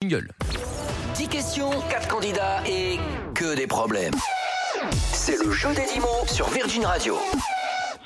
jingle. 10 questions, 4 candidats et que des problèmes. C'est le jeu des 10 mots sur Virgin Radio.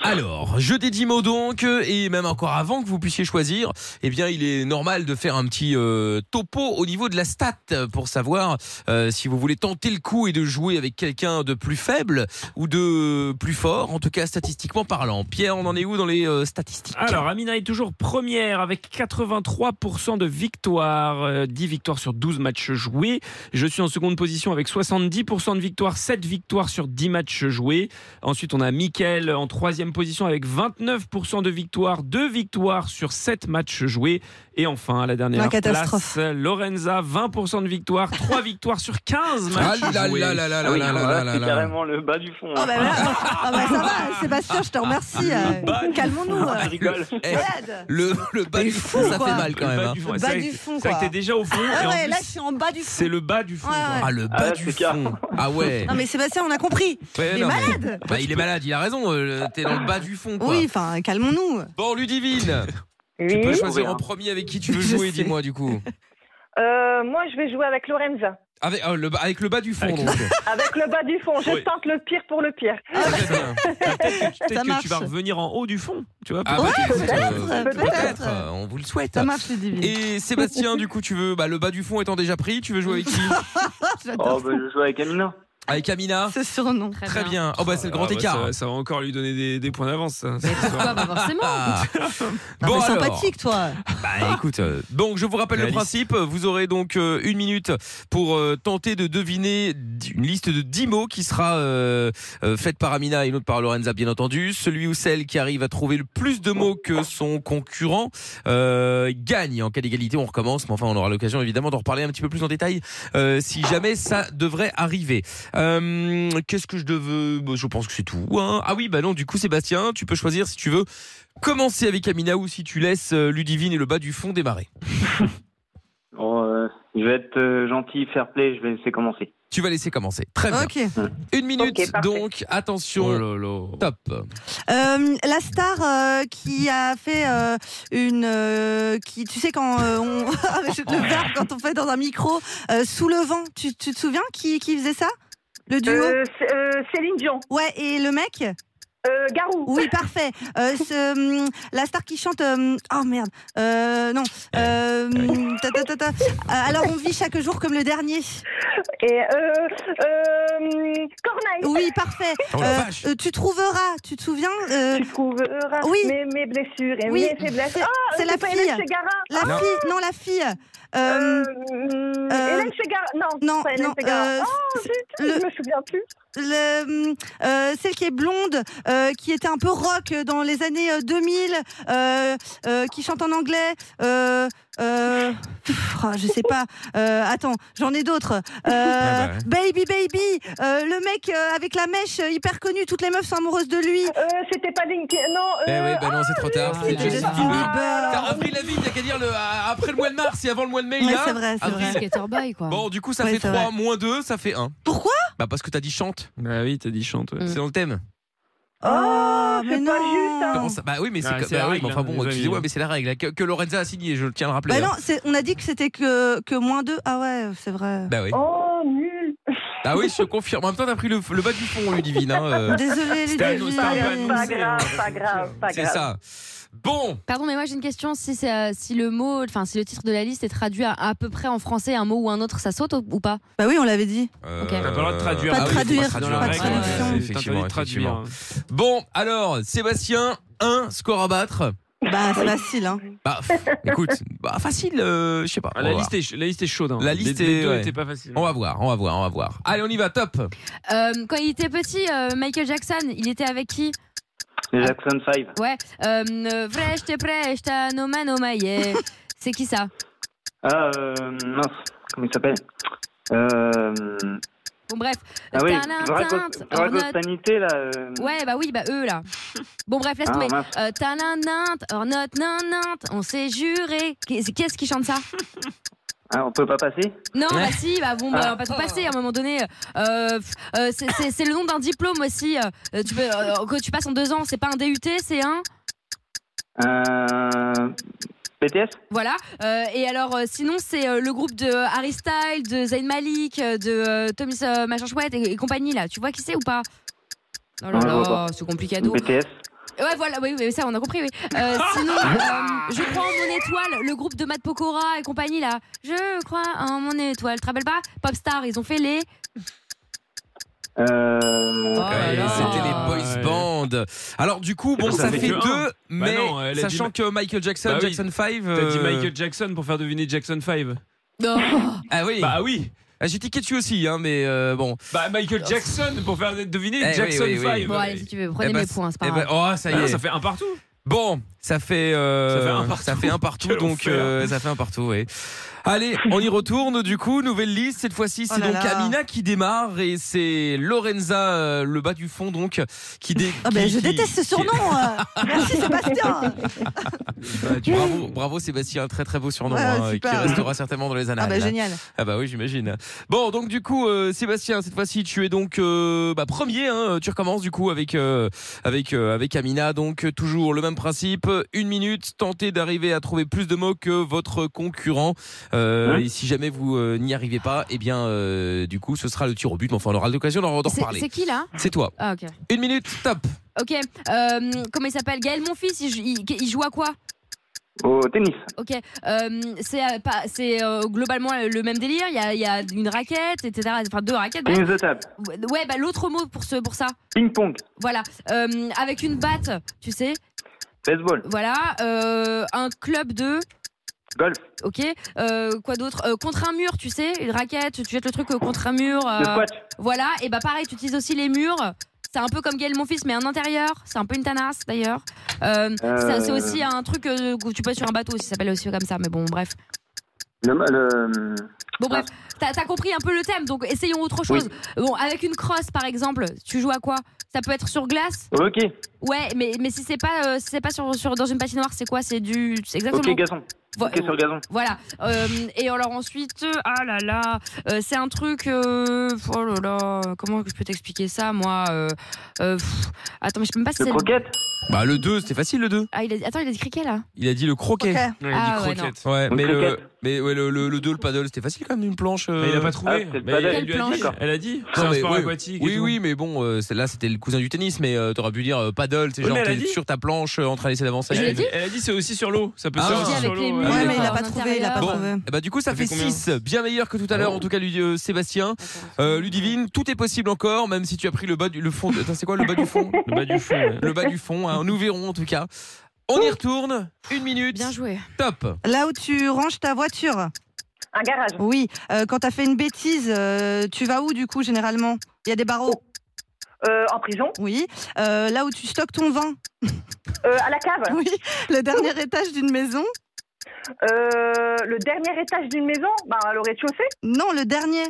Alors, je des 10 mots donc, et même encore avant que vous puissiez choisir, eh bien, il est normal de faire un petit euh, topo au niveau de la stat pour savoir euh, si vous voulez tenter le coup et de jouer avec quelqu'un de plus faible ou de plus fort, en tout cas statistiquement parlant. Pierre, on en est où dans les euh, statistiques Alors, Amina est toujours première avec 83% de victoires, euh, 10 victoires sur 12 matchs joués. Je suis en seconde position avec 70% de victoires, 7 victoires sur 10 matchs joués. Ensuite, on a Mickaël en troisième position avec 29% de victoires, 2 victoires sur 7 matchs joués. Et enfin, à la dernière La place, catastrophe. Lorenza, 20% de victoires, 3 victoires sur 15 Ah matchs là joués. là là là là Ah oui, là alors là là, là c'est là. carrément le bas du fond. Ah Oh, hein. bah, voilà. Ah bah, ça va, Sébastien, je te remercie. euh, Calmons-nous. Je euh, rigole. Eh, malade. le, le bas T'es du fou, fond, ça quoi. fait mal quand même. Le bas hein. du fond. Le C'est bas vrai du que- fond, C'est vrai quoi. que t'es déjà au fond. et Ah en ouais, plus, là, je suis en bas du fond. c'est le bas du fond. Ouais, quoi. ouais. Ah, le bas Ah, du c'est clair. fond. Ah ouais. Non mais Sébastien, on a compris. Ouais, Il est non, mais- malade. Bah, il est malade, il a raison, euh, t'es dans le bas du fond quoi. Oui, enfin, calmons-nous. Bon, Ludivine, tu Oui. peux Trouvé, choisir en hein. premier avec qui tu veux Je jouer, sais. dis-moi du coup. Euh, moi, je vais jouer avec Lorenza. Avec, ah, le, avec le bas du fond, Avec le- donc. Avec le bas du fond. Je Oui. tente le pire pour le pire. Ah, Très bien. Peut-être que, peut-être Ça que marche. tu vas revenir en haut du fond, tu vois. Ah, bah, écoute, euh, peut-être, peut-être, peut-être. euh, on vous le souhaite. Ça marche, les divines. Et Sébastien, du coup, tu veux, bah, le bas du fond étant déjà pris, tu veux jouer avec qui Oh, J'adore bah, je joue avec Amina. Avec Amina ce surnom. Très bien. Oh, bah, c'est le grand Ah bah, écart. Ça, ça va encore lui donner des, des points d'avance. ça, ce soir. bah forcément. Ah. Non, Bon, mais alors. sympathique, toi. Bah écoute, euh, donc je vous rappelle le Réaliste. principe, vous aurez donc euh, une minute pour euh, tenter de deviner d- une liste de 10 mots qui sera euh, euh, faite par Amina et une autre par Lorenza bien entendu. Celui ou celle qui arrive à trouver le plus de mots que son concurrent euh, gagne. En cas d'égalité, on recommence, mais enfin on aura l'occasion évidemment d'en reparler un petit peu plus en détail euh, si jamais ça devrait arriver. Euh, Qu'est-ce que je devais Bah, Je pense que c'est tout. hein. Ah oui, bah non, du coup Sébastien, tu peux choisir si tu veux commencer avec Amina ou si tu laisses euh, Ludivine et le bas du fond démarrer. Bon, euh, je vais être euh, gentil, fair play, je vais laisser commencer. Tu vas laisser commencer. Très bien. Ok. Une minute, Ok, parfait. donc attention. Oh là là. Top. Eh Euh, la star euh, qui a fait euh, une, euh, qui, tu sais quand euh, on, Ah, mais je- le verbe quand on fait dans un micro euh, sous le vent, tu, tu te souviens qui, qui faisait ça Le duo. Euh, c'est- euh, Céline Dion. Ouais et le mec. Euh, Garou. Oui parfait. Euh, ce, hum, la star qui chante. hum, oh merde. Euh, non. Euh, hum, ta, ta, ta, ta. Euh, alors on vit chaque jour comme le dernier. Et euh, euh, Corneille. Oui parfait. Oh la Euh, vache. euh, tu trouveras. Tu te souviens euh, Tu trouveras Oui. mes, mes blessures et Oui. mes faiblesses. C'est- Ah, c'est la pas fille. Hélène Ségara. La Non. fille. Non la fille. Euh, Euh, hum, euh, Hélène Ségara. Non, non, c'est pas Hélène non, Ségara. euh, oh, zut, le- je me souviens plus. le, euh, celle qui est blonde, euh, qui était un peu rock dans les années euh, 2000, euh, euh, qui chante en anglais. Euh, euh, pff, oh, je sais pas. Euh, attends, j'en ai d'autres. Euh, Ah bah ouais. Baby, baby, euh, le mec euh, avec la mèche euh, hyper connu, toutes les meufs sont amoureuses de lui. Ah, Euh, c'était pas Linkin. Non, Eh euh, oui, bah non, c'est trop tard. ah, C'est Justin Justin Bieber. Bieber. Bieber. T'as repris la vie, t'as qu'à dire le, à- après le mois de mars et avant le mois de mai, Ouais, là. c'est vrai, c'est Ah, Avril. vrai. Skater boy, quoi. ah, Bon, du coup, ça Ouais, fait c'est 3 moins 2, ça fait 1. Pourquoi Bah parce que t'as dit chante. Bah oui, t'as dit chante. ouais. C'est dans le thème. Oh, c'est pas juste, hein. Comment ça Bah oui, mais c'est Ah, que- c'est la bah oui, règle, mais enfin hein, bon, les amis. excusez-moi, mais c'est la règle hein, que, que Lorenza a signée, je tiens à le rappeler. Bah hein. non, c'est- on a dit que c'était que, que moins 2. Ah ouais, c'est vrai. Bah oui. Oh, nul. Ah oui, je te confirme. En même temps, t'as pris le, le bas du fond, Ludivine. hein, euh, Désolée, les C'était un- c'était un bon amis. Pas grave, pas grave, pas c'est grave. ça. Bon, Pardon, mais moi j'ai une question. Si, c'est, euh, si le mot, enfin si le titre de la liste est traduit à, à peu près en français, un mot ou un autre, ça saute ou, ou pas Bah oui, on l'avait dit. Euh, Ok. T'as pas le droit de traduire. Pas ah de oui, faut traduire, Dans pas de ouais, ouais, traduction. ouais, c'est effectivement, interdit de traduire. effectivement. Bon, alors, Sébastien, 1 score à battre. Bah c'est facile, hein. Bah, pff, écoute, bah, facile, euh, je sais pas. Ah, on la, va liste est, la liste est chaude. hein. La liste les, les est- deux ouais. étaient pas faciles. voir. On va voir, on va voir, on va voir. Allez, on y va, top. Oh Euh, Quand il était petit, euh, Michael Jackson, il était avec qui Ah. Les Jackson 5. Ouais. Euh, euh, Vrai, j'étais prêt, j'étais un homme, un homme, yeah. C'est qui ça Ah, euh, mince, comment il s'appelle euh, Bon, bref. Ah oui, Talent, teinte, ornote. Dragostanité, là. euh, Ouais, bah oui, bah eux là. Bon, bref, laisse Ah, tomber. mince. Euh, Talent, ninte, ornote, nain, nainte, on s'est juré. Qui qui est-ce qui chante ça Ah, on peut pas passer Non, Ouais. bah si, bah bon, bah, on va tout passer à un moment donné. Euh, pff, euh, c'est- c'est c'est le nom d'un diplôme aussi. Euh, tu peux, euh, que tu passes en deux ans, c'est pas un DUT, c'est un. euh, BTS Voilà. Euh, et alors, euh, sinon, c'est euh, le groupe de Harry Styles, de Zayn Malik, euh, de euh, Tommy euh, Machin Chouette et, et compagnie, là. Tu vois qui c'est ou pas Oh là Non, je vois là, pas. c'est compliqué à dos. BTS Ouais, voilà, oui, oui, ça, on a compris, oui. Euh, sinon, euh, je crois en mon étoile, le groupe de Matt Pokora et compagnie, là. Je crois en mon étoile. Tu te rappelles pas Popstar, ils ont fait les. euh... Oh là Ouais, là. C'était les boys band. Alors du coup, bon, Ça ça fait fait que un. Bah deux, mais non, elle a dit sachant Ma- que Michael Jackson, Bah oui. Jackson 5. T'as dit euh, Michael Jackson pour faire deviner Jackson 5. Non. Ah oui. Bah oui. Ah, J'ai tiqué dessus aussi, hein, mais euh, bon. Bah Michael Jackson pour faire deviner Eh oui, Jackson oui, oui. 5. Bon, allez, si tu veux, prenez Eh ben, mes points, c'est pas Eh ben, grave. oh, ça y Ah non, est. ça fait un partout. Bon, ça fait, euh, Ça fait un partout. ça fait un partout, Quel donc enfer. euh, ça fait un partout, oui. Allez, on y retourne du coup, nouvelle liste. Cette fois-ci, c'est Oh là donc là. Amina qui démarre et c'est Lorenza, euh, le bas du fond, donc qui dé. Ah ben, qui- je qui- déteste ce qui- surnom. euh. Merci Sébastien. Oh, Bah, tu- bravo, bravo Sébastien, un très très beau surnom Ouais, hein, qui super. restera certainement dans les annales. Ah bah génial. Ah bah oui, j'imagine. Bon, donc du coup, euh, Sébastien, cette fois-ci, tu es donc euh, bah, premier. hein, tu recommences du coup avec euh, avec euh, avec Amina. Donc euh, toujours le même principe. Une minute, tentez d'arriver à trouver plus de mots que votre concurrent. Hein Euh, Ouais. Et si jamais vous euh, n'y arrivez pas, eh bien, euh, du coup, ce sera le tir au but. Mais enfin, on aura l'occasion d'en d'en C'est- reparler. C'est qui, là C'est toi. Ah, ok. Une minute, top. Ok. euh, comment il s'appelle Gaël, mon fils, il, il- il joue à quoi Au tennis Ok, euh, c'est euh, pas- c'est, euh, globalement le même délire. Il y a, il y a une raquette, etc. Enfin deux raquettes. bref. Tennis de table Ouais, bah l'autre mot pour ce pour ça. Ping-pong Voilà, Euh, avec une batte, tu sais. Baseball Voilà, Euh, un club de. Golf Ok, Euh, quoi d'autre Euh, Contre un mur, tu sais, une raquette. Tu jettes le truc euh, contre un mur. euh, Le squash voilà, et bah pareil, tu utilises aussi les murs. C'est un peu comme Gaël mon fils, mais un intérieur. C'est un peu une tanasse d'ailleurs. Euh, ça, C'est aussi un truc euh, où tu peux sur un bateau, ça s'appelle aussi comme ça. Mais bon, bref. Le, le- Bon bref, Ah. t'as t'as compris un peu le thème, donc essayons autre chose. Bon, avec une crosse par exemple, tu joues à quoi Ça peut être sur glace. Ok, Ouais, mais, mais si c'est pas euh, si c'est pas sur, sur dans une patinoire, c'est quoi C'est du c'est exactement. ok gazon Vo- Ok sur gazon Voilà. Euh, et alors ensuite, euh, ah là là, euh, c'est un truc. euh, oh là là, comment je peux t'expliquer ça, moi euh, euh, pff, Attends, mais je sais même pas si Le c'est. croquette Bah le 2, c'était facile le 2. Ah, il a, attends, il a dit criquet là. Il a dit le croquet. Ok. Ouais, Ah, il dit ouais, non. croquette. Ouais, Le mais le, croquet. mais ouais, le, le, 2, le paddle, c'était facile quand même une planche. euh. Mais Bah, il a pas Ah, trouvé. c'est le Mais padel. elle lui a Quelle dit. planche Elle a dit. C'est Non, un mais sport oui, aquatique. et Oui, tout. oui, mais bon, euh, c'est- là c'était le cousin du tennis, mais euh, t'aurais pu dire euh, paddle, c'est Oui, genre mais elle a t'es dit. sur ta planche euh, en train d'essayer d'avancer. Je l'ai Elle a dit, dit elle a dit c'est aussi sur l'eau. Ça peut Ah, se faire j'ai aussi dit sur avec les l'eau. murs. ouais. Ouais, mais il a d'accord. pas trouvé, il a pas Bon. trouvé. Eh bah, du coup, ça, Ça fait fait combien Oh. 6, bien meilleur que tout à l'heure, en tout cas, lui, euh, Sébastien. Euh, Ludivine, tout est possible encore, même si tu as pris le bas du le fond. de- Attends, c'est quoi le bas du fond Le bas du fond. ouais. Le bas du fond, hein, nous verrons en tout cas. On y retourne, une minute, Bien joué. Oh top. Là où tu ranges ta voiture. Un garage. Oui. Euh, quand t'as fait une bêtise, euh, tu vas où du coup généralement Il y a des barreaux. Euh, en prison. Oui. Euh, là où tu stockes ton vin. Euh, à la cave. Oui. Le dernier étage d'une maison. Euh, le dernier étage d'une maison. Bah, le rez-de-chaussée. Non, le dernier.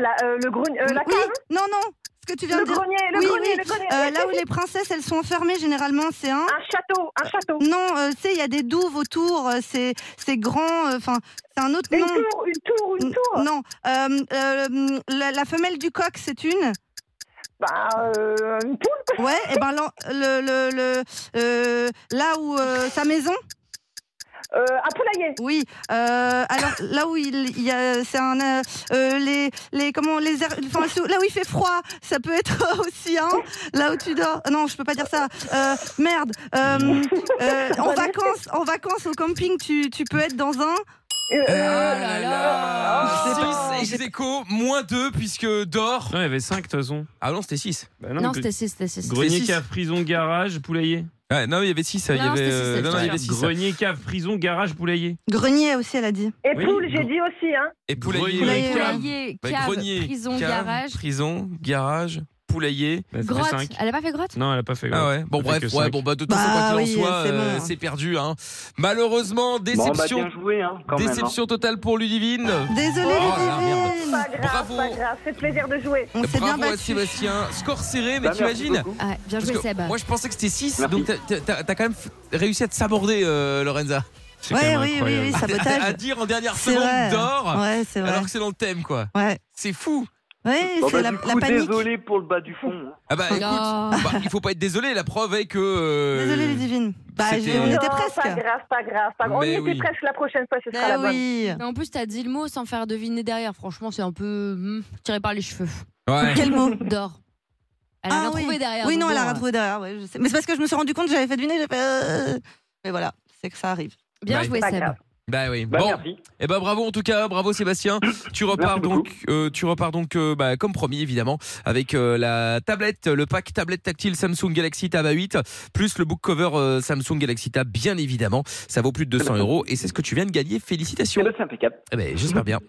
La, euh, le grenier. la Oui. cave. Non, non. Ce que tu viens le de dire. grenier. Le Oui, grenier. oui. Le grenier. Euh, là où les princesses, elles sont enfermées, généralement, c'est un. Un château. Un château. Non, euh, tu sais, il y a des douves autour, euh, c'est c'est grand, euh, enfin, c'est un autre Une nom. tour. Une tour. Mm. Une tour. Non, euh, euh, la, la femelle du coq, c'est une. Bah, euh, une poule. Ouais, et ben l'en- le, le, le- euh, là où euh, sa maison. Euh, un poulailler. Oui. euh, alors là où il, il y a, c'est un euh, euh, les les comment les air- enfin, sous- là où il fait froid, ça peut être aussi un. Là où tu dors. Non, je peux pas dire ça. Euh, merde. euh, euh, en vacances, en vacances au camping, tu, tu peux être dans un. Euh, oh. Oh Ah là là. Je sais pas. 6 échos, moins 2, puisque d'or. Non, il y avait 5 de toute façon. Ah non, c'était 6. Bah Non, que- c'était six, c'était six. Grenier, six. cave, prison, garage, poulailler. Ouais, non, il y avait 6. Il y Non, avait, c'était six, euh, c'était non, non, il y sûr. avait 6. Grenier, cave, prison, garage, poulailler. Grenier aussi, elle a dit. Et Oui. poule, j'ai dit aussi. Hein. Et poulailler. Poulailler, cave. Grenier, Bah, cave, grenier, prison, cave, garage, prison, garage, poulailler. Bah, ça fait grotte. cinq. Elle a pas fait grotte Non, elle a pas fait. Ah grotte. ouais. Bon Ça fait bref, que ouais, cinq. bon bah de toute façon Bah quoi qu'il oui, en soit, c'est bon, euh, hein. c'est perdu hein. Malheureusement Bon, bah déception, bien joué, hein, quand même. hein. déception totale pour Ludivine. Désolée, Oh là, les divines. Pas grave, Bravo. pas grave. C'est plaisir de jouer. On s'est bien Bravo à battu. Sébastien, score serré mais Bah, merci t'imagines beaucoup. Ouais, bien Parce joué que Seb. Moi je pensais que c'était 6 Merci. donc t'as- t'as- t'as t'as quand même f- réussi à te saborder euh, Lorenza. C'est quand Ouais, même oui, oui, incroyable. oui, À sabotage. dire en dernière Ah, bah, C'est seconde vrai. d'or Ouais, c'est vrai. alors que c'est dans le thème quoi. Ouais. C'est fou. Oui, Bon, c'est bah, la, du la coup, panique. désolé pour le bas du fond. hein. Ah bah écoute, Oh. bah, il faut pas être désolé, la preuve est que... euh, Désolé, les divines. Bah, c'était- j'ai- on Non, était Non, Pas presque. grave, pas grave, pas grave. On y Mais était oui. presque la prochaine fois, ce sera la Bah bonne. oui. Mais en plus, t'as dit le mot sans faire deviner derrière. Franchement, c'est un peu hmm, tiré par les cheveux. Ouais. Quel mot D'or. Elle a Ah rien oui. trouvé derrière. Oui, donc non, elle a bon, euh, rien trouvé derrière. ouais, je sais. Mais c'est parce que je me suis rendu compte, j'avais fait deviner, j'ai fait. euh, Mais voilà, c'est que ça arrive. euh, Bien Ouais. joué, Pas Seb. grave. Bah oui. Bah, bon, merci. eh ben bravo en tout cas, bravo Sébastien. Tu repars Merci beaucoup. donc, euh, tu repars donc euh, bah, comme promis évidemment avec euh, la tablette, le pack tablette tactile Samsung Galaxy Tab A8 plus le book cover euh, Samsung Galaxy Tab bien évidemment. Ça vaut plus de 200 euros et c'est ce que tu viens de gagner. Eh Félicitations. ben, c'est impeccable. Eh ben j'espère bien.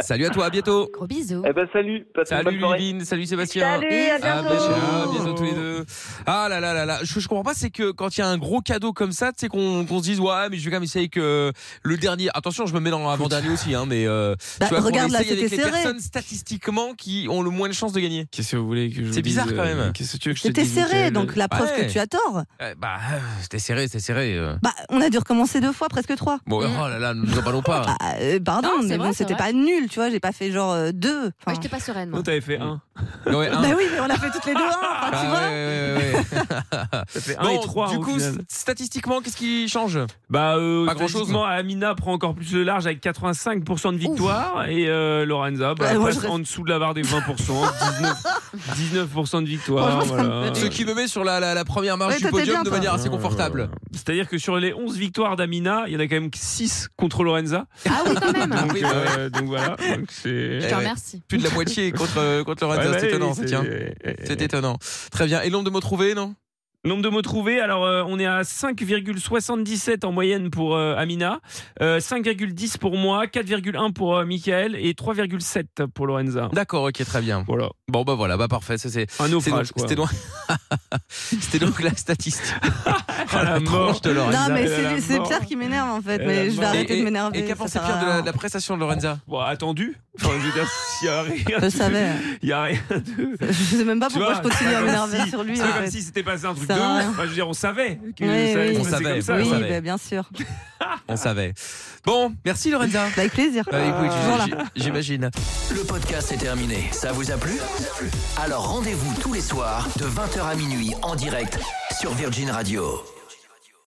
Salut à toi, à bientôt. Gros bisous. Euh, Eh ben, salut. Passez une Salut bonne soirée. Ludivine, salut Sébastien. Salut, à Ah, Ah, bientôt. ben, ciao, à bientôt tous les deux. Ah là là là là, je, je comprends pas, c'est que quand il y a un gros cadeau comme ça, tu sais qu'on qu'on se dise ouais, mais je vais quand même essayer que le dernier. Attention, je me mets dans avant dernier aussi, hein, mais euh, Bah, tu vois, qu'on regarde, là, essaye avec c'était les serré. personnes statistiquement qui ont le moins de chances de gagner. Qu'est-ce que vous voulez que je vous C'est bizarre, dise, quand euh, même. Qu'est-ce que tu veux que je te C'était dise, serré, Mickaël donc euh, la preuve Ouais. que tu as tort. Euh, bah, euh, c'était serré, c'était serré. euh. Bah, on a dû recommencer deux fois, presque trois. Bon, Mm. oh là là, ne nous emballons pas. Bah, euh, pardon, Non, c'est mais vrai, bon, c'est c'était vrai. pas nul, tu vois, j'ai pas fait genre euh, deux. Moi, enfin. j'étais pas sereine. Non, Moi. t'avais fait un. Ouais, un. bah oui, mais on a fait toutes les deux un, enfin, tu Ah, vois. ouais, ouais, ouais, ouais. T'as fait un Bon, et trois. Bah, du au coup, final. statistiquement, qu'est-ce qui change Bah, euh, Pas grand-chose. statistiquement, Amina prend encore plus de large avec 85% de victoire et euh, Lorenza bah, Ouais, moi, passe je reste- en dessous de la barre des 20%, 19, 19% de victoire. Franchement, ça me voilà. Euh, fait Ce qui me met sur la, la, la première marche Ouais, du t'étais podium bien, de toi. manière assez confortable. C'est-à-dire que sur les 11 victoires d'Amina, il y en a quand même 6 contre Lorenza. Ah oui, quand même. Donc, Oui, bah euh, donc voilà. Donc c'est- Je Eh ouais. te remercie. Plus de la moitié contre, euh, contre Ouais, Lorenza, ouais, bah, c'est étonnant, c'est- tiens. C'est étonnant. Très bien. Et le nombre de mots trouvés, non Nombre de mots trouvés, alors euh, on est à 5,77 en moyenne pour euh, Amina, euh, 5,10 pour moi, 4,1 pour euh, Michael et 3,7 pour Lorenza. D'accord, ok, très bien. Voilà, Bon, bah voilà, bah parfait. ça, c'est- un c'est donc- naufrage quoi. C'était donc, c'était donc la statistique. Oh À la mort. Tranche de Lorenza. Non, mais Elle a la c'est c'est mort. Pierre qui m'énerve en fait, Elle a mais la je vais mort. arrêter et, de m'énerver. et- et qu'a ça pensé sert à Pierre de la, rien. de la prestation de Lorenza Bon, attendu. Enfin, je veux dire, s'il y a rien, Je de- le savais. il y a rien de. Je sais même pas Tu pourquoi vois, je continue à c'est m'énerver comme si- sur lui. C'est en comme fait. si c'était passé un truc Ça de va. ouf. Enfin, je veux dire, on savait que Oui, ça allait oui. se On passer savait, comme ça. on Oui, savait. bah, bien sûr. On savait. Bon, merci Lorenza. Bah, Avec plaisir. Bah, écoute, Toujours là. j- j- j'imagine. Le podcast est terminé. Ça vous a plu Alors rendez-vous tous les soirs de 20h à minuit en direct sur Virgin Radio.